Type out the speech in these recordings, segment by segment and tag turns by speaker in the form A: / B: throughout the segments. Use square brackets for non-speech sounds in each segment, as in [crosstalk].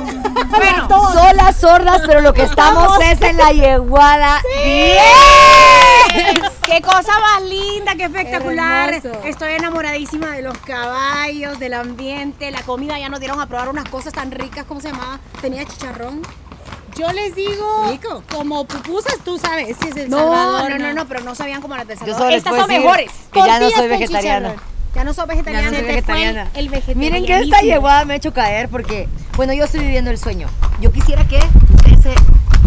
A: Bueno,
B: Solas, sordas, pero lo que estamos es en la yeguada.
A: ¡Bien! [laughs] ¡Qué cosa más linda, qué espectacular!
C: Hermoso.
A: Estoy enamoradísima de los caballos, del ambiente, la comida. Ya nos dieron a probar unas cosas tan ricas, ¿cómo se llamaba? Tenía chicharrón.
C: Yo les digo,
A: Rico.
C: como pupusas, tú sabes si es El
A: No,
C: Salvador.
A: no, no, no, pero no sabían cómo las de
B: Yo
A: Salvador.
B: solo les
A: Estas
B: puedo
A: son
B: decir
A: mejores.
B: que ya no
C: Tortillas
B: soy
C: con
B: vegetariana.
C: chicharrón.
A: Ya no soy vegetariana.
B: Ya no soy
A: se te fue el-
B: vegetariana.
A: el vegetarianismo.
B: Miren que esta yeguada me ha hecho caer porque, bueno, yo estoy viviendo el sueño. Yo quisiera que ustedes se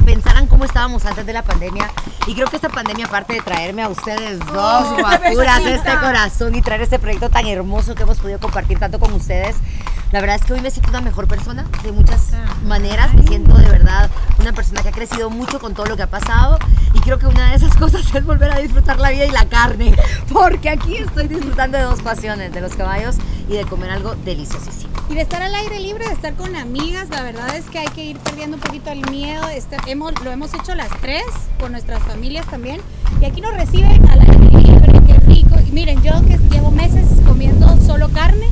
B: pensaran cómo estábamos antes de la pandemia. Y creo que esta pandemia, aparte de traerme a ustedes [laughs] dos guapuras, este corazón y traer este proyecto tan hermoso que hemos podido compartir tanto con ustedes, la verdad es que hoy me siento una mejor persona de muchas maneras. Me siento de verdad una persona que ha crecido mucho con todo lo que ha pasado. Y creo que una de esas [laughs] cosas es volver a disfrutar la vida y la carne. [laughs] Porque aquí estoy disfrutando de dos pasiones, de los caballos y de comer algo deliciosísimo.
C: Y de estar al aire libre, de estar con amigas, la verdad es que hay que ir perdiendo un poquito el miedo. Este, hemos, lo hemos hecho las tres, con nuestras familias también. Y aquí nos reciben al aire libre, qué rico. Y miren, yo que llevo meses comiendo solo carne,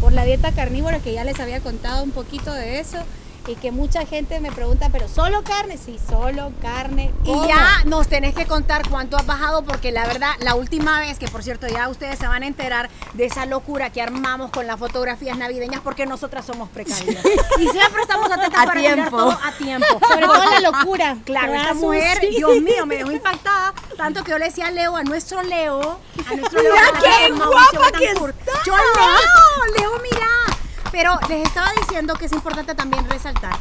C: por la dieta carnívora, que ya les había contado un poquito de eso. Y que mucha gente me pregunta, ¿pero solo carne? Sí, solo carne. ¿cómo?
A: Y ya nos tenés que contar cuánto has bajado, porque la verdad, la última vez, que por cierto ya ustedes se van a enterar de esa locura que armamos con las fotografías navideñas, porque nosotras somos precavidas. Y siempre estamos
B: [laughs]
A: atentas
B: A
A: para tirar
B: tiempo.
A: todo a
B: [laughs]
A: tiempo.
C: Sobre todo
A: [laughs]
C: la locura.
A: Claro, esta
C: Brazos,
A: mujer,
C: sí.
A: Dios mío, me dejó impactada. Tanto que yo le decía a Leo, a nuestro Leo, a nuestro Leo.
B: Mira
A: que
B: qué
A: se llama
B: guapa
A: Mauricio
B: que
A: Betancourt.
B: está.
A: Yo, Leo, Leo, mira. Pero les estaba diciendo que es importante también resaltar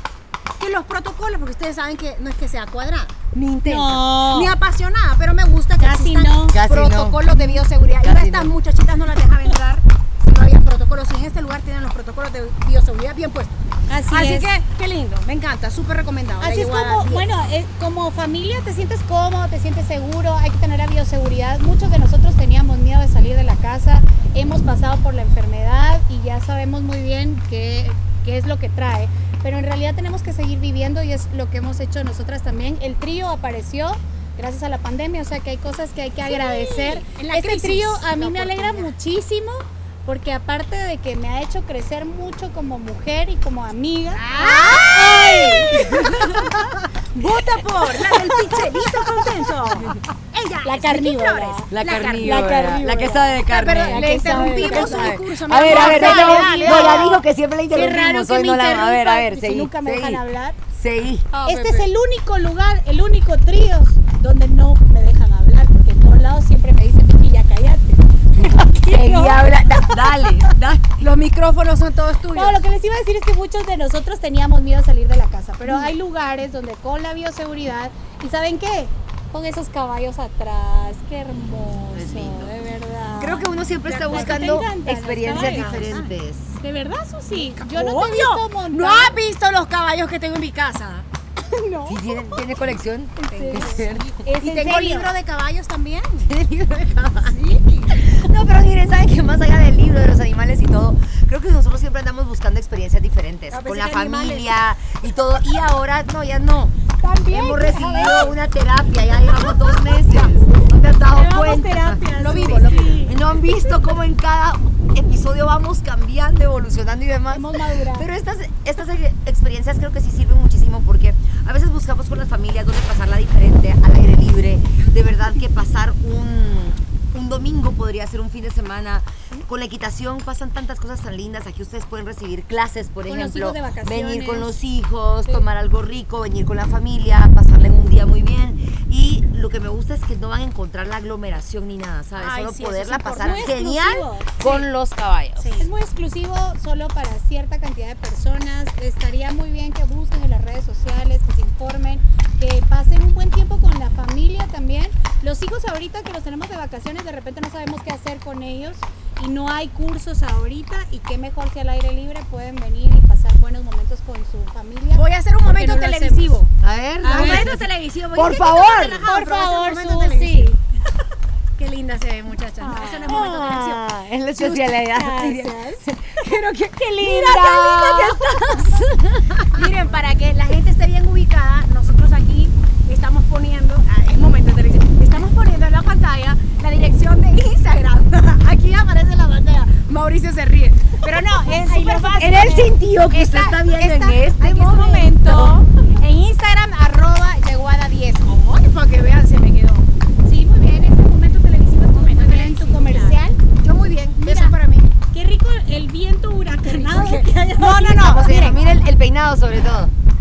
A: que los protocolos, porque ustedes saben que no es que sea cuadrada, ni intensa,
C: No.
A: ni apasionada, pero me gusta que
C: Casi
A: existan
C: no.
B: Casi no.
A: protocolos de bioseguridad. y
B: Casi
A: estas
B: no.
A: muchachitas no las dejaban entrar si no había protocolos. Y en este lugar tienen los protocolos de bioseguridad bien puestos.
C: Así,
A: Así
C: es.
A: que, qué lindo, me encanta, súper recomendado. La
C: Así es
A: Yeguada
C: como,
A: 10.
C: bueno, eh, como familia te sientes cómodo, te sientes seguro, hay que tener la bioseguridad. Muchos de nosotros teníamos miedo de salir de la casa, hemos pasado por la enfermedad y ya sabemos muy bien qué, qué es lo que trae. Pero en realidad tenemos que seguir viviendo y es lo que hemos hecho nosotras también. El trío apareció gracias a la pandemia, o sea que hay cosas que hay que agradecer.
A: en la
C: este
A: crisis,
C: trío a
A: la
C: mí me alegra
A: oportunidad.
C: muchísimo porque aparte de que me ha hecho crecer mucho como mujer y como amiga, [laughs]
A: Vota por la del pichelito contento. Ella.
C: La
A: es Vicky
C: carnívora.
A: Flores.
B: La,
A: carnívora.
B: carnívora,
C: carnívora.
B: la Ah, que sabe de carne.
A: perdón,
C: le interrumpimos
A: su discurso, mi
B: A ver,
A: amor.
B: a ver,
A: Dale,
B: no, no,
A: dale,
B: no,
A: dale.
B: la digo que siempre la
C: Qué raro
B: interrumpimos.
C: que
B: hoy
C: me
B: no la, a ver, a
C: interrumpan,
B: ver,
C: si
B: seguí,
C: nunca me dejan
B: seguí,
C: hablar.
B: seguí.
C: este es el único lugar, el único trío donde no me dejan hablar, porque en todos lados siempre me dicen, Vicky, ya cállate.
B: Seguí hablando. Dale, dale.
A: Los micrófonos son todos tuyos.
C: No, lo que les iba a decir es que muchos de nosotros teníamos miedo a salir de la casa, pero hay lugares donde con la bioseguridad, ¿y saben qué? Con esos caballos atrás, qué hermoso,
B: Es lindo.
C: de verdad.
B: Creo que uno siempre está
C: Las que te
B: buscando
C: encantan, las
B: experiencias
C: cabalgas.
B: diferentes.
C: De verdad, Susi, yo no te he
A: Obvio.
C: visto montar.
A: ¿No has visto los caballos que tengo en mi casa?
C: [laughs] no.
B: Sí, tiene, tiene colección.
C: serio?
B: Es cierto.
C: Es
A: Y
C: en
A: tengo
C: serio.
A: libro de caballos también.
B: Tiene libro de caballos. [laughs] No, pero miren, saben que más allá del libro, de los animales y todo, creo que nosotros siempre andamos buscando experiencias diferentes,
A: Ah, pensé
B: con la
A: que animales.
B: familia y todo. Y ahora, no, ya no.
C: También.
B: Hemos
C: a ver.
B: recibido una terapia, ya llevamos dos meses. No te has dado
C: Llevamos
B: cuenta.
C: terapia,
B: Lo
C: sí,
B: vivo, lo
C: sí.
B: vivo. No han visto cómo en cada episodio vamos cambiando, evolucionando y demás.
C: Hemos madurado.
B: Pero estas, estas e- experiencias creo que sí sirven muchísimo porque a veces buscamos con las familias donde pasarla diferente, al aire libre. De verdad que pasar un, un domingo podría ser un fin de semana. Con la equitación pasan tantas cosas tan lindas. Aquí ustedes pueden recibir clases, por
C: Con los
B: ejemplo.
C: hijos de vacaciones.
B: venir con los hijos,
C: Sí.
B: tomar algo rico, venir con la familia, pasarle un día muy bien. Y lo que me gusta es que no van a encontrar la aglomeración ni nada, ¿sabes?
A: Ay,
B: Solo
A: sí, eso es
B: poderla
A: importante.
B: pasar
C: Muy
B: genial
C: exclusivo.
B: con los caballos.
C: Es muy exclusivo solo para cierta cantidad de personas. Estaría muy bien que busquen en las redes sociales, que se informen, que pasen un buen tiempo con la familia también. Los hijos ahorita que los tenemos de vacaciones, de repente no sabemos qué hacer con ellos y no hay cursos ahorita y qué mejor si al aire libre pueden venir y pasar buenos momentos con su familia.
A: Voy a hacer un
C: ¿Por
A: momento
C: qué no lo
A: televisivo.
B: A ver,
A: Un
B: dale.
A: momento televisivo. porque
B: Por
A: es que
B: favor,
A: estamos relajados,
C: Por
A: pero voy a hacer un
C: favor,
A: momento
C: Susi. Ah,
A: televisivo. Qué linda se ve, muchacha. No, Eso no es momento televisivo.
B: Ah, es la especialidad.
C: Gracias.
B: Pero que, qué
A: Miren, para que la gente esté bien ubicada, nosotros aquí estamos poniendo, ah, es momento de televisión, estamos poniendo en la pantalla la dirección de Instagram. [laughs] Aquí aparece en la pantalla. Mauricio se ríe. Pero no, es súper fácil.
B: En el sentido que usted está viendo en
A: está-
B: este
A: aquí es
B: momento.
A: este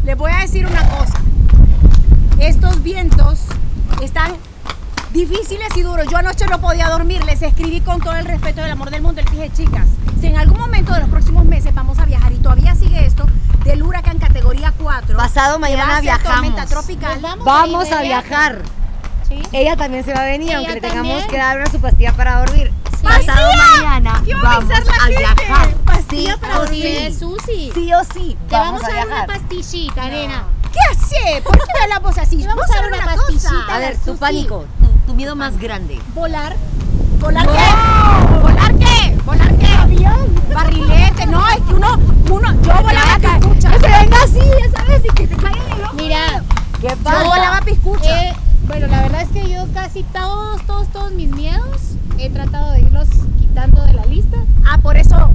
A: les voy a decir una cosa. Estos vientos están difíciles y duros. Yo anoche no podía dormir. Les escribí con todo el respeto y el amor del mundo. Les dije, chicas, si en algún momento de los próximos meses vamos a viajar y todavía sigue esto del huracán categoría 4.
B: Pasado
A: que va
B: mañana
A: a ser tormenta
B: viajamos.
A: tropical.
C: Nos
B: Vamos
C: ir
B: a
C: de viaje.
B: viajar.
C: Sí.
B: Ella también se va a venir,
C: Ella
B: aunque le tengamos
C: también.
B: que dar una su pastilla para dormir.
C: Sí.
B: Pasado
A: ¡Pastilla!
B: mañana
A: ¿Qué va a
B: vamos
A: pensar la
B: a
A: gente?
B: viajar.
A: Pastilla
B: Sí
A: para
B: o
A: dormir.
B: Ah, sí.
C: Oye, Susi,
B: Sí o sí,
C: te vamos, a dar una
B: viajar.
C: pastillita, nena.
A: ¿Qué hace? ¿Por qué me hablamos así?
C: Vamos
A: Vamos a
C: a
A: ver
C: una
A: una cosa.
C: pastillita.
B: A ver, tu
C: Susi.
B: pánico, tu, tu miedo más grande.
A: Volar. ¿Volar qué? ¿Volar qué? ¿Volar qué? Barrilete. No, es que uno, uno, yo volaba piscucha. Que se venga así, ya sabes, y que te caiga en el ojo.
C: Mira,
B: ¿Qué
A: Yo volaba piscucha.
C: eh, bueno, la verdad es que yo casi todos, todos, todos mis miedos he tratado de irlos quitando de la lista.
A: Ah, por eso.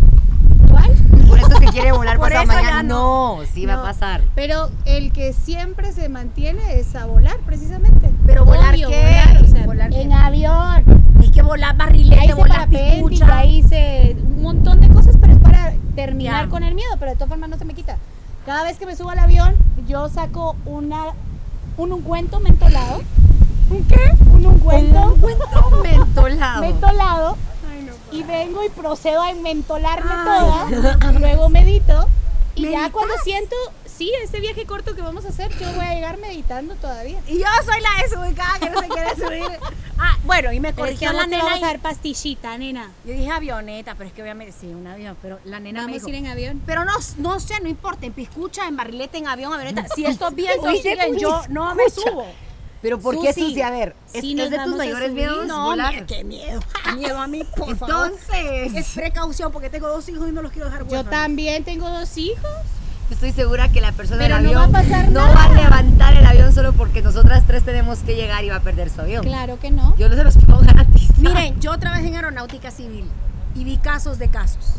C: ¿Cuál?
B: Por eso se quiere volar
A: Por
B: pasado
A: eso ya
B: mañana. No, sí va
C: No.
B: a pasar.
C: Pero el que siempre se mantiene es a volar, precisamente.
A: Pero volar
C: Obvio,
A: qué?
C: volar, o sea,
A: Volar qué?
C: en avión.
A: Es que volar
C: Ahí
A: barrilete,
C: hice
A: volar
C: parapente,
A: piscucha.
C: ahí hice un montón de cosas, pero es para terminar
A: Ya.
C: con el miedo, pero de todas formas no se me quita. Cada vez que me subo al avión, yo saco una un ungüento mentolado. ¿Un qué? Un ungüento.
B: Un cuento mentolado.
C: [laughs] mentolado y vengo y procedo a enmentolarme
A: pues. Ay. [laughs]
C: toda, luego medito y ya
A: ¿Meditas?
C: cuando siento, sí, este viaje corto que vamos a hacer, yo voy a llegar meditando todavía.
A: Y yo soy la desubicada que no se quiere
C: [laughs]
A: subir. Ah, bueno, y me corrigió la nena.
C: vamos a
A: ahí.
C: dar pastillita, nena.
A: Yo dije avioneta, pero es que obviamente sí, un avión, pero la nena me
C: Vamos
A: dijo,
C: a ir en avión.
A: pero no, no sé, no importa, en piscucha, en barrilete, en avión, avioneta, si estos vientos
B: Oye,
A: siguen, yo no me
B: piscucha.
A: subo.
B: Pero ¿por qué
C: Susi,
B: Susi? A ver, ¿es,
C: sí
B: es
C: nos
B: de tus
C: vamos a
B: mayores
C: subir.
B: miedos
A: No, mira,
B: volar?
A: qué miedo, [laughs] miedo a mí, por favor. Es
B: Entonces,
A: precaución porque tengo dos hijos y no los quiero dejar
C: Yo
A: huérfanos.
C: también tengo dos hijos.
B: estoy segura que la persona
C: Pero
B: del
C: no va a
B: avión
C: pasar
B: no
C: nada.
B: va a levantar el avión solo porque nosotras tres tenemos que llegar y va a perder su avión.
C: Claro que no.
B: Yo no se los puedo garantizar.
A: Miren, yo trabajé en aeronáutica civil y vi casos de casos.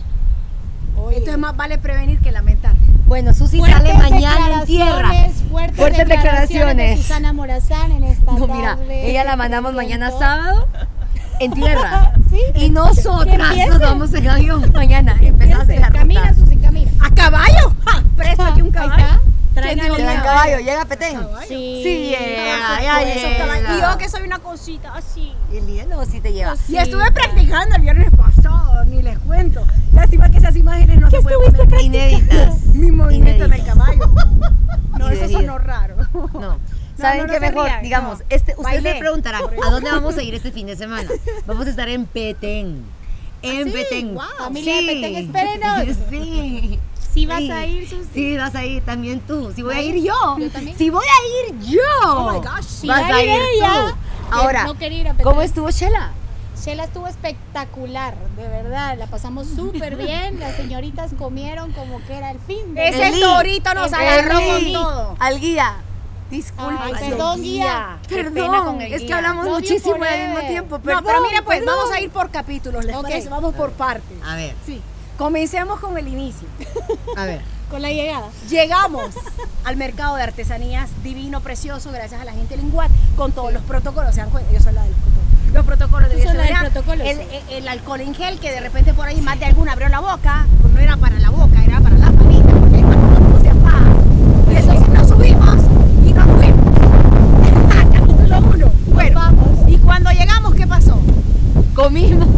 A: Entonces más vale prevenir que lamentar.
B: bueno, Susi sale
C: Fuertes
B: mañana en tierra.
C: declaraciones,
B: Fuertes
C: Fuertes, declaraciones.
B: declaraciones.
C: de Susana Morazán en esta
B: No, mira,
C: tarde
B: ella la
C: de
B: mandamos mañana
C: viento.
B: sábado en tierra.
C: [laughs] Sí.
B: Y nosotras
C: empiece.
B: nos vamos en
C: [laughs]
B: avión mañana. Empezamos en la ruta.
C: Camina, Susi, camina.
A: ¡A caballo! ¡Ja! Presto aquí un
C: Ahí
A: caballo.
C: está.
A: ¿Quién
C: Traen
A: dijo
C: al
A: que
B: Llega en
A: Caballo.
B: caballo, llega Petén.
C: Sí.
B: Sí, llega, ya
A: Por esos caballos. Y yo
B: llega.
A: que soy una cosita así.
B: Y el día no, sí te lleva.
A: Y estuve practicando el viernes pasado, ni les cuento. Lástima que esas imágenes no se pueden poner.
B: Inéditas.
A: Mi movimiento en el
B: Inéditas.
A: caballo.
B: [laughs]
A: No,
B: Y
A: eso
B: de vida.
A: sonó raro.
B: No. ¿Saben
A: no, no
B: qué
A: se
B: mejor?
A: rían,
B: Digamos,
A: no.
B: este, ustedes
A: Bailé.
B: se preguntarán, ¿a dónde vamos a ir este fin de semana? Vamos a estar en Petén. En
A: Ah, sí,
B: Petén.
A: guau.
C: Familia de Petén, espérenos.
B: [laughs] Sí.
C: Sí vas
B: Sí.
C: a ir, Susi.
B: Sí, vas a ir también tú. Si voy a ir yo.
C: Yo también.
B: Si voy a ir yo.
A: Oh my gosh, sí,
B: vas
C: va
B: a
C: a
B: ir
C: ir ella.
B: tú.
C: Que
B: Ahora,
C: no quería ir a Petén.
B: ¿cómo estuvo Shela?
C: Shela estuvo espectacular, de verdad. La pasamos súper bien. Las señoritas comieron como que era el fin de
A: Ese
B: Eli,
A: torito nos
C: Eli.
A: agarró con
B: Eli,
A: todo.
B: Al guía.
C: Ay,
B: Disculpa.
C: perdón, guía.
A: Qué pena
B: Perdón,
A: con el
B: es que
A: guía.
B: hablamos
C: Lo odio
B: muchísimo y
C: forever.
B: al mismo tiempo.
A: No,
B: Perdón,
A: pero mira, pues
B: perdón. Ah.
A: vamos a ir por capítulos, ¿les
C: Ok.
A: parece? Vamos por partes.
B: A ver,
A: Sí. Comencemos con el inicio.
B: a ver.
C: con la llegada.
A: Llegamos al mercado de artesanías divino, precioso, gracias a la gente lingual, con todos los protocolos. ¿Se dan cuenta? Yo soy la de los protocolos. Los protocolos de
C: Ah, Tú sos la del
A: bioseguridad,
C: protocolo,
A: el, eh,
C: sí.
A: el- el alcohol en gel, que de repente por ahí más de alguna abrió la boca, pues no era para la boca, era para la palita, porque no no se apaga. Y entonces nos subimos y nos fuimos. [laughs] Capítulo uno. Bueno, y cuando llegamos, ¿qué pasó?
B: [laughs] Comimos.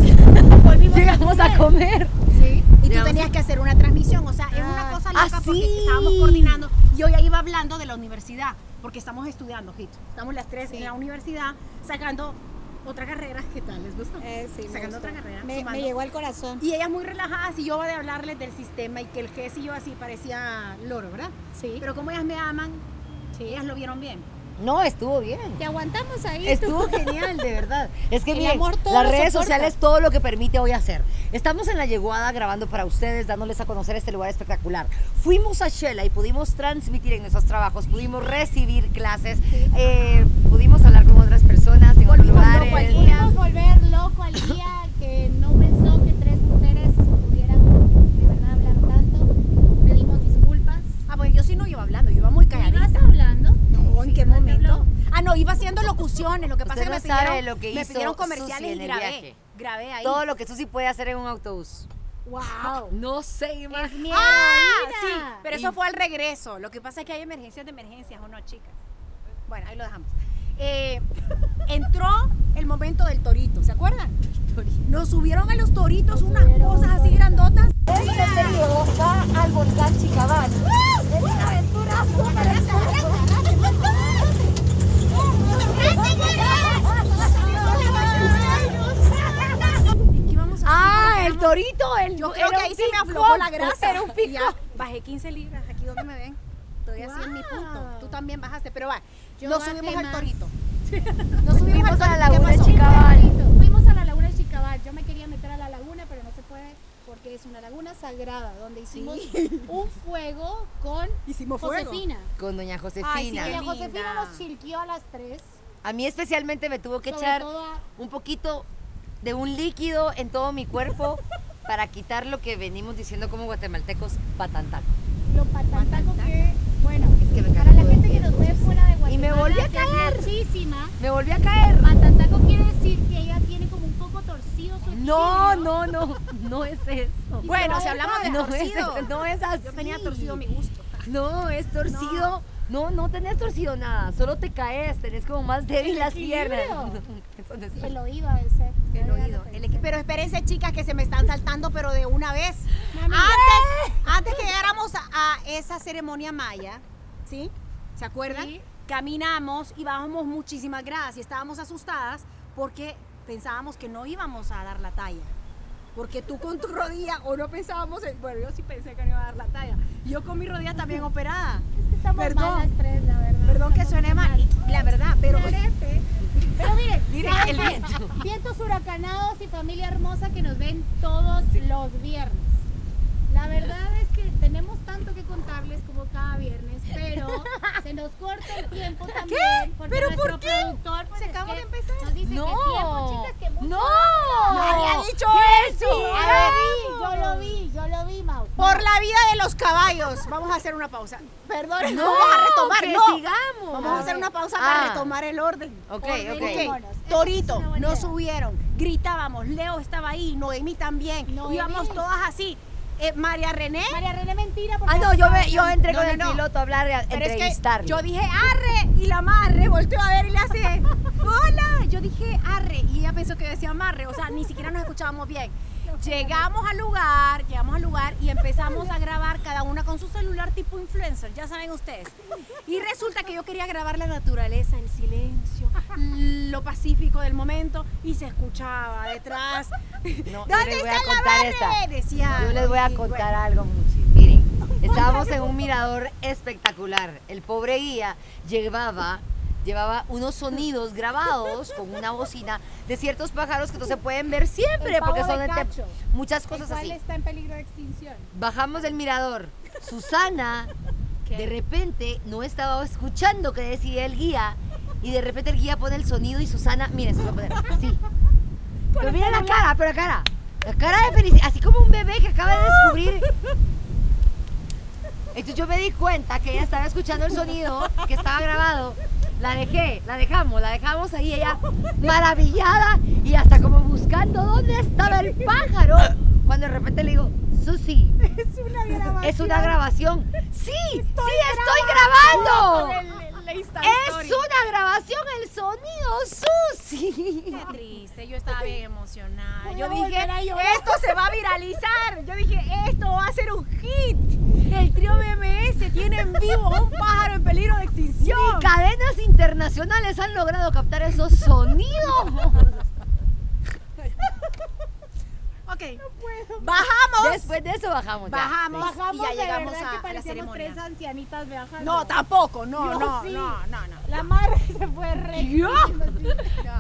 A: Volvimos a
B: Llegamos a comer.
C: Sí.
A: Y tú
B: Digamos.
A: tenías que hacer una transmisión, o sea, es una
C: Ah.
A: cosa loca
B: Ah,
A: porque
B: sí.
A: estábamos coordinando y hoy ya iba hablando de la universidad, porque estamos estudiando, Jito. Estamos las tres
C: Sí.
A: en la universidad sacando otra carrera, ¿qué tal? ¿Les gusta?
C: Eh, sí, me
A: Sacando
C: gustó.
A: otra carrera,
C: Me, me
A: sumando.
C: llegó al corazón.
A: Y ellas muy relajadas y yo de hablarles del sistema y que el GES y yo así parecía loro, ¿verdad?
C: Sí.
A: Pero como ellas me aman,
C: Sí.
A: ellas lo vieron bien.
B: No, estuvo bien.
C: Te aguantamos ahí.
B: Estuvo genial, de verdad. Es que
C: El
B: miren,
C: amor todo
B: las
C: lo
B: redes
C: soporta.
B: sociales todo lo que permite hoy hacer. Estamos en la yeguada grabando para ustedes, dándoles a conocer este lugar espectacular. Fuimos a Shela y pudimos transmitir en nuestros trabajos, pudimos recibir clases, eh, pudimos hablar con otras personas en otros
A: Volvimos
B: lugares.
A: locos al guía.
C: Pudimos volver loco al día que no pensó que tres mujeres pudieran de verdad hablar tanto. Pedimos disculpas.
A: Ah, bueno, yo sí no iba hablando, yo iba muy
C: ¿Tú ibas
A: calladita.
C: hablando?
A: No, ¿en
C: Sí,
A: qué
C: no te habló.
A: momento? Ah, no, iba haciendo locuciones, lo que pasa
B: Usted
A: es que
B: no
A: me pidieron,
B: sabe lo que
A: me
B: hizo
A: pidieron
B: Susi
A: comerciales
B: en
A: y
B: el
A: grabé,
B: viaje.
A: grabé ahí.
B: Todo lo que Susi puede hacer en un autobús.
C: ¡Wow!
B: No se imagina.
C: Es mi
A: Ah, sí,
C: heroína.
A: pero eso fue al regreso. Lo que pasa es que hay emergencias de emergencias, ¿o no, chicas? Bueno, ahí lo dejamos.
D: [laughs]
A: Eh, entró el momento del torito, ¿se acuerdan? Nos subieron a los toritos unas cosas así grandotas.
B: al volcán Chicabal.
A: ¿Y qué íbamos a
D: Ah,
A: hacer?
D: el torito, el
A: Yo creo
D: era
A: que ahí
D: un
A: se me
D: pico,
A: aflojó la grasa.
D: Era un
A: Y ya
D: pico.
A: bajé 15 libras, aquí donde me ven. Estoy así en mi punto. Tú también bajaste, pero va.
C: Yo
A: nos
C: bajé
A: subimos al
C: más.
A: torito.
D: [laughs]
A: Nos subimos al
D: Fuimos
A: torito.
D: a la
A: ¿Qué
D: laguna
A: pasó?
D: chica. Cabal.
C: Fuimos a la laguna de Chicabal. Yo me quería meter a la laguna, pero no se puede porque es una laguna sagrada donde hicimos un fuego con
A: Hicimos fuego.
C: Josefina.
B: Con doña
C: Ay, sí,
B: Josefina.
C: doña
A: Qué linda.
C: Josefina nos chilqueó a las tres.
B: a mí especialmente me tuvo que
C: sobre
B: echar
C: todo a-
B: un poquito de un líquido en todo mi cuerpo [laughs] para quitar lo que venimos diciendo como guatemaltecos, patantaco.
C: lo patantaco que, bueno,
B: Es que me
C: para la
B: cayó
C: gente que
B: bien.
C: nos ve fuera de Guatemala,
B: Y me volví a
C: que es
B: caer.
C: muchísima.
B: Me volví a caer.
C: Patantaco quiere decir que ella tiene como un poco torcido su
B: No,
C: exilio.
B: no, no, no es eso.
A: Bueno, si hablamos de
B: no
A: torcido.
B: Es, este, no es así.
A: Yo tenía torcido mi gusto.
B: No, es torcido. No. no, tenés torcido nada. Solo te caes. Tenés como más débil las piernas. [laughs]
C: equilibrio.
B: No, eso no es [laughs]
C: El oído a veces.
A: El oído. el equi- pero espérense, chicas, que se me están saltando, pero de una vez.
C: Mami.
A: Ah, Antes, antes que llegáramos a, a esa ceremonia maya, ¿sí? ¿Se acuerdan?
C: Sí.
A: Caminamos y bajamos muchísimas gradas y estábamos asustadas porque pensábamos que no íbamos a dar la talla. Porque tú con tu rodilla, o no pensábamos, en- bueno, yo sí pensé que no iba a dar la talla. Yo con mi rodilla también operada.
C: Es que estamos
A: Perdón.
C: mal las tres, la verdad.
A: Perdón que suene mal, y la verdad, pero... [laughs]
C: Parece. Pero miren,
A: Mire,
C: ¿saben
A: el
C: qué?
A: viento.
C: Vientos huracanados y familia hermosa que nos ven todos los viernes. La verdad es que tenemos tanto que contarles como cada viernes, pero
A: [laughs]
C: se nos corta el tiempo también. Porque
A: ¿Pero por
C: nuestro
A: qué?
C: productor pues,
A: Se
C: es
A: acaba
C: que
A: de empezar.
C: Nos dice
B: No.
C: que tiempo, chicas, que mucho.
B: No.
A: Nadie ha dicho eso.
C: A ver, yo lo vi, yo lo vi, Mau.
A: Por la vida de los caballos. Vamos a hacer una pausa. Perdón,
B: No,
A: vamos a retomar.
B: que
A: no.
B: sigamos.
A: Vamos a hacer una pausa
B: Ah.
A: para retomar el orden.
B: Ok,
C: Ordenémonos.
B: ok.
A: Ok,
C: Vámonos. Esa es
A: Torito,
C: una buena
A: nos
C: idea.
A: subieron, gritábamos, Leo estaba ahí, Noemí también,
C: Noemí.
A: íbamos todas así. Eh, María René,
C: María René, mentira. porque
B: Ah, no,
C: no
B: yo,
C: estaba
B: me, yo
C: hablando.
B: entré
A: No,
B: con
A: no,
B: el
A: no.
B: piloto a hablar, a
A: pero es que
B: entrevistarlo.
A: yo dije arre y la marre volteó a ver y
B: [laughs]
A: le hace hola. Yo dije arre y ella pensó que decía marre, o sea, ni siquiera nos escuchábamos bien. Llegamos al lugar, llegamos al lugar y empezamos a grabar cada una con su celular tipo influencer, ya saben ustedes. Y resulta que yo quería grabar la naturaleza, el silencio, lo pacífico del momento y se escuchaba detrás.
B: No, yo
A: ¿Dónde
B: les voy a
A: está la
B: contar
A: barre?
B: esta.
A: Decía.
B: Yo les voy a
A: Y bueno,
B: contar algo, muchis. Miren, estábamos en un mirador espectacular. El pobre guía llevaba, llevaba unos sonidos grabados con una bocina de ciertos pájaros que no se pueden ver siempre
C: El pavo
B: porque son de
C: de cacho.
B: te- muchas
C: El
B: cosas
C: cual
B: así.
C: está en peligro de extinción.
B: Bajamos del mirador. Susana, de repente, no estaba escuchando que decía el guía. Y de repente el guía pone el sonido y Susana, miren, se lo voy a poner así. Pero mira la cara, pero la cara. La cara de felicidad, así como un bebé que acaba de
C: [laughs]
B: descubrir. Entonces yo me di cuenta que ella estaba escuchando el sonido que estaba grabado. La dejé, la dejamos, la dejamos ahí, ella maravillada y hasta como buscando dónde estaba el pájaro. Cuando de repente le digo, Susi,
C: Es una grabación.
B: es una grabación. ¡Sí! ¡Sí, estoy grabando! ¡Es una grabación el sonido, Susi!
A: [laughs] Qué triste, yo estaba bien emocionada.
C: Voy
A: yo
C: a
A: dije,
C: volver a llorar.
A: esto se va a viralizar. Yo dije, esto va a ser un hit. El trío BMS tiene en vivo a un pájaro en peligro de extinción.
B: Ni cadenas internacionales han logrado captar esos sonidos.
A: Ok. Bajamos.
B: Después de eso bajamos. ya.
A: Bajamos.
C: Bajamos
A: y ya llegamos
C: de verdad
A: a- a
C: que
A: la
C: parecíamos
A: ceremonia.
C: tres ancianitas bajando.
A: No, tampoco. No,
C: Yo
A: no,
C: sí.
A: no, no, no.
C: La madre [laughs] se fue re.
B: Yo,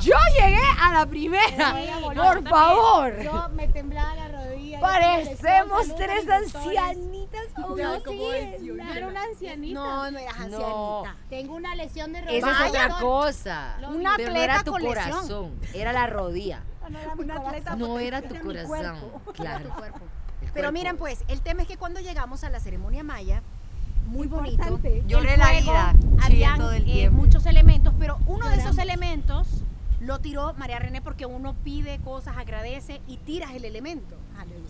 B: yo llegué a la primera.
C: Ella voló, yo
B: Por
C: también.
B: favor.
C: [laughs] Yo me temblaba la rodilla. yo
B: Parecemos
C: les pido
B: tres
C: salud a mis doctores.
B: ancianitas.
C: No,
B: Uno
C: sí,
B: sí es-
C: no era una ancianita.
A: No, no eras ancianita.
B: No.
C: Tengo una lesión de rodilla.
B: Esa es
A: Vaya.
B: otra cosa.
C: Lo
A: Una
B: Pero no era
A: atleta
B: tu
A: con lesión.
B: corazón, era la rodilla.
C: No era mi corazón.
B: No era tu
A: mi
B: corazón.
A: cuerpo. [laughs]
B: Claro.
A: Era tu cuerpo.
B: El
A: Pero
B: cuerpo.
A: miren, pues, el tema es que cuando llegamos a la ceremonia maya, muy bonito.
C: Importante.
B: Lloré
A: el
B: la
A: juego,
B: ira,
A: Habían
B: chillé todo el
A: eh,
B: tiempo.
A: muchos elementos, pero uno de esos
C: Lloramos.
A: elementos lo tiró María René porque uno pide cosas, agradece y tiras el elemento. Aleluya.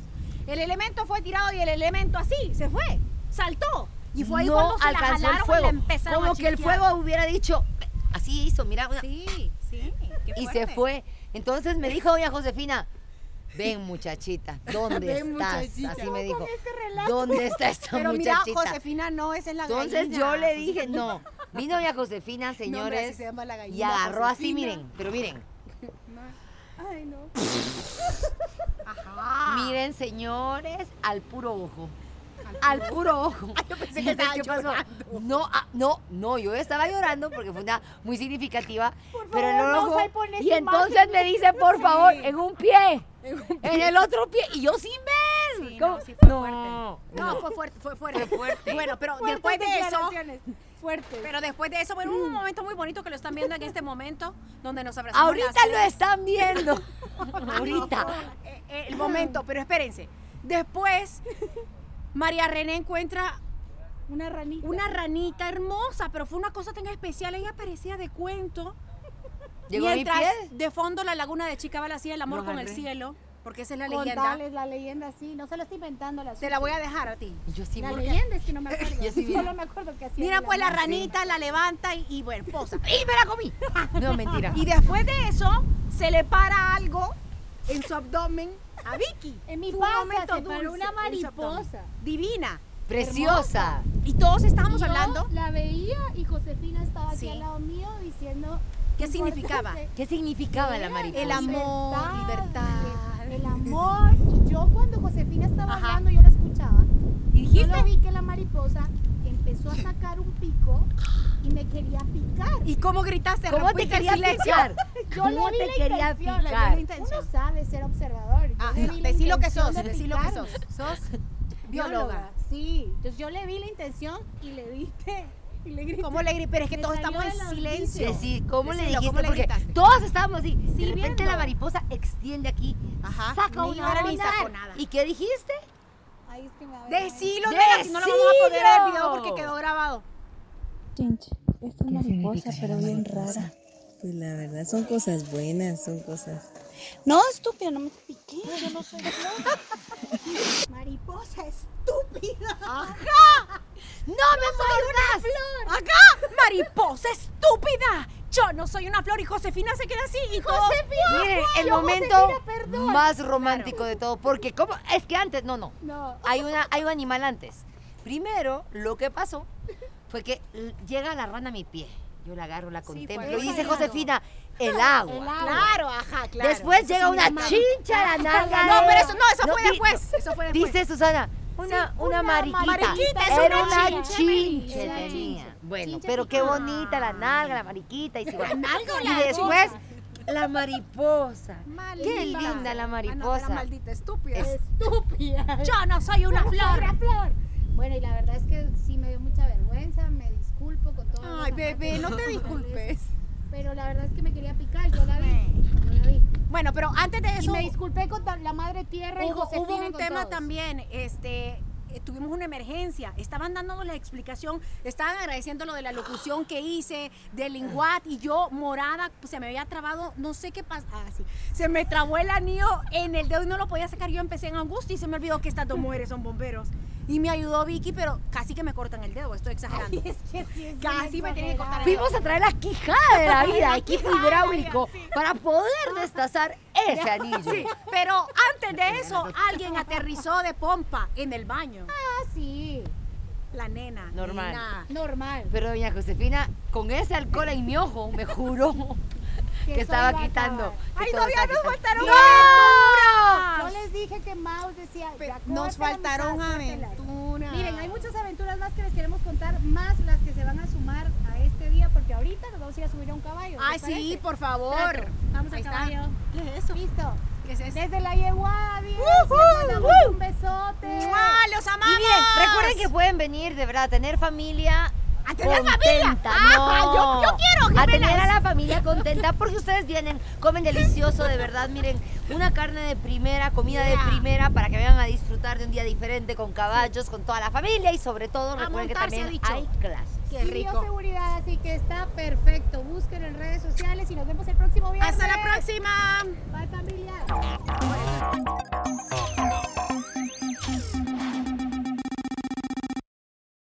A: El elemento fue tirado y el elemento así, se fue, saltó. pues, Y fue ahí
B: no
A: cuando se la
B: alcanzó
A: jalaron
B: el
A: y la
B: fuego.
A: empezaron
B: Como
A: a
B: que el
A: chiflear.
B: fuego hubiera dicho, así hizo, mira, una-
A: Sí, sí. qué
B: y se
A: fuerte.
B: fue. Entonces me dijo doña Josefina, ven
A: [laughs]
B: muchachita, ¿dónde
C: Ven,
B: estás?
C: muchachita.
B: Así me dijo, ¿dónde está esta
A: este Pero mira,
B: muchachita?
A: Josefina no, esa es la
B: Entonces
A: gallina.
B: yo le dije, no. Vino doña
A: [laughs]
B: Josefina,
A: hombre,
B: señores,
A: así se llama la
B: y
A: gallina,
B: agarró así,
A: Josefina.
B: miren, pero miren,
E: Ay, no.
A: Ajá.
B: miren, señores, al puro ojo. Al puro
A: [laughs]
B: ojo.
A: yo pensé que
B: Entonces,
A: estaba
B: ¿qué pasó?
A: llorando.
B: No, ah, no, no, yo estaba llorando porque fue una muy significativa.
C: Por
B: pero
C: favor,
B: el
C: Rosa,
B: ojo.
C: y pon esa
B: y entonces
C: imagen.
B: me dice, por
A: [laughs]
C: Sí.
B: favor, en un pie. En el otro pie. Y yo sin ver.
A: Sí,
B: ¿Cómo?
A: no, sí fue
B: no,
A: No,
B: no.
A: fue fuerte, fue fuerte. Bueno, pero después de eso,
C: Fuerte.
A: pero después de eso, bueno, hubo un momento muy bonito que lo están viendo en este momento, donde nos abrazamos.
B: Ahorita
A: las
B: lo
A: tres. Ah,
B: están viendo. [laughs] Ahorita.
A: Eh, eh, el momento, pero espérense. Después, María René encuentra
C: Una ranita.
A: una ranita hermosa, pero fue una cosa tan especial. Ella parecía de cuento.
B: Llegó a mi
A: Mientras
B: pie.
A: de fondo la laguna de Chicabal hacía el amor
B: Lo
A: con el
B: agarré.
A: cielo, porque esa es la leyenda.
C: Contales la leyenda, sí. No se la estoy inventando. La,
A: Te la voy a dejar a ti.
B: Y yo sí,
C: la
B: ¿por qué?
C: leyenda es que no me acuerdo.
B: Yo sí, mira.
C: Solo me acuerdo que hacía.
A: Mira,
C: el
A: pues la
C: amor.
A: ranita la levanta y, y bueno, posa. ¡Y me la comí!
B: No, mentira.
A: [laughs] Y después de eso, se le para algo en su abdomen a Vicky.
C: En mi
A: Fue un
C: panza
A: momento
C: se paró
A: dulce
C: una
A: en su abdomen.
C: mariposa.
A: Divina.
B: Preciosa.
A: Y todos estábamos
C: Yo
A: hablando
C: La veía y Josefina estaba aquí
A: Sí.
C: al lado mío diciendo.
A: ¿Qué
C: "Importante
A: significaba?
B: ¿Qué significaba la mariposa?
A: el amor, libertad.
C: El amor. Y yo cuando Josefina estaba
A: Ajá.
C: hablando, yo la escuchaba.
A: y
C: Yo
A: dijiste,
C: lo vi que la mariposa empezó a sacar un pico y me quería picar.
A: ¿y cómo gritaste?
B: ¿Cómo te
A: Rompiste el
B: quería
A: silencio.
B: [laughs] picar?
C: Yo
B: ¿Cómo
C: le vi
B: te
C: la
B: quería
C: intención, le vi la
B: picar?
C: Uno sabe ser observador. Yo
A: Ah,
C: le
A: no,
C: vi la
A: decí lo que
C: intención
A: sos,
C: de
A: decí lo que sos.
C: picarme.
A: Sos bióloga.
C: Sí, entonces yo le vi la intención y le grité. Y le grité.
A: ¿Cómo le grité? Pero es que
C: Me
A: todos
C: salió
A: estamos
C: de
A: en
C: las
A: silencio.
B: Decí, ¿cómo le
A: Decilo,
B: dijiste?
A: ¿cómo le
B: Porque
A: gritaste?
B: todos estábamos así.
A: Sí,
B: de repente
A: viendo.
B: la mariposa extiende aquí,
A: Ajá.
B: saca
A: Ni
B: una
A: vara ni
B: onda.
A: sacó nada.
B: ¿Y qué dijiste?
C: Ay, es que me da vergüenza.
A: Decilo, nena, si no lo vamos a poner en el video
B: Decilo.
A: porque quedó grabado.
F: Chinche, esta es mariposa, pero bien rara.
G: Pues la verdad son cosas buenas, son cosas.
C: No, estúpida, no me piqué. Yo no soy loca. Mariposa estúpida.
A: ¡No me muerdas! ¡Acá! ¡Mariposa estúpida! Yo no soy una flor y Josefina se queda así. Y todos-
B: Miren, el
C: yo,
B: momento
C: Josefina, perdón.
B: más romántico de todo. Porque, ¿cómo? Es que antes, no, no.
C: No.
B: Hay, una, hay un animal antes. Primero, lo que pasó fue que l- llega la rana a mi pie. Yo la agarro, la contemplo. y dice
A: bailando.
B: Josefina, [laughs] el agua.
C: El agua.
A: Claro, ajá, claro.
B: Después
A: Eso
B: llega
A: sí me
B: una
A: amaba.
B: chincha a la nalga.
A: [laughs] No,
B: de
A: pero
B: ella.
A: eso no, eso fue
B: di-
A: después. Eso fue después.
B: Dice Susana, una, una
C: una
B: mariquita.
A: mariquita, es
B: Era
A: una
B: una
A: chincha.
B: chinche
C: Era
B: tenía.
C: chinche.
B: Bueno,
C: Chinche
B: pero qué
C: picada.
B: bonita la nalga, la mariquita. Y, se va.
A: nalga o
B: Y
A: la
B: después, la mariposa.
A: Maldita.
B: Qué linda la
A: Ah, no, era
B: mariposa.
A: maldita, estúpida.
B: Es-
C: Estúpida.
A: Yo no soy una flor.
C: Flor, flor. Bueno, y la verdad es que sí me dio mucha vergüenza, me disculpo con todo.
A: Ay, bebé, no te disculpes.
C: Pero la verdad es que me quería picar, yo la vi. Yo la vi.
A: Bueno, pero antes de
C: Y
A: eso,
C: me disculpé con ta- la madre tierra y
A: hubo,
C: Josefina
A: hubo un
C: con
A: tema
C: todos.
A: también. Este, eh, tuvimos una emergencia. Estaban dándonos la explicación. Estaban agradeciendo lo de la locución que hice, del linguat. Y yo, morada, pues, se me había trabado, no sé qué pasa. Ah, sí. Se me trabó el anillo en el dedo y no lo podía sacar. Yo empecé en angustia y se me olvidó que
C: [laughs]
A: estas dos mujeres son bomberos. Y me ayudó Vicky, pero casi que me cortan el dedo. Estoy exagerando.
C: Es que sí, es
A: Casi
C: una
A: me tiene que cortar el dedo.
B: Fuimos a traer la quijada de la
A: [laughs]
B: vida, equipo hidráulico, para poder destazar ese anillo.
A: Sí, pero antes de eso, alguien aterrizó de pompa en el baño.
C: exagerada, Ah, sí,
A: La nena.
B: Normal.
A: nena.
C: normal.
B: Pero doña Josefina, con ese alcohol en mi ojo, me juró que,
C: eso
B: estaba
C: iba a
B: quitando.
C: acabar.
B: que
A: Ay,
B: todo
A: todavía
B: estaba
A: nos
B: quitando.
A: faltaron
C: Yo
A: ¡No!
C: les dije que Maus decía,
A: Pe-
C: "Ya,
A: Nos
C: córtela,
A: faltaron
C: muchachas, córtela".
A: aventuras.
C: Miren, hay muchas aventuras más que les queremos contar, más las que se van a sumar a este día, porque ahorita nos vamos a ir a subir a un caballo.
A: Ay,
C: ¿les
A: sí,
C: parece?
A: por favor.
C: Trato. Vamos
A: Ahí
C: al
A: está.
C: caballo.
A: ¿Qué es eso?
C: Listo.
A: ¿Qué es eso?
C: Desde la Yeguá, bien,
B: Ujú,
C: les mandamos un besote.
A: ¡Mua! ¡Los amamos!
B: Y miren, recuerden que pueden venir, de verdad, a tener familia.
A: ¡A tener
B: contenta,
A: familia!
B: no.
A: ¡Ajá! Yo- yo quiero,
B: A
A: gemelas.
B: tener a la familia contenta porque ustedes vienen, comen delicioso, de verdad. Miren, una carne de primera, comida
A: Yeah.
B: de primera para que vengan a disfrutar de un día diferente con caballos, con toda la familia y sobre todo recuerden que
A: montarse, ha
B: también
A: dicho.
B: hay clases.
A: ¡Qué
C: Y
A: rico!
C: bioseguridad, así que está perfecto. Busquen en redes sociales y nos vemos el próximo viernes.
A: ¡Hasta la próxima!
C: Bye,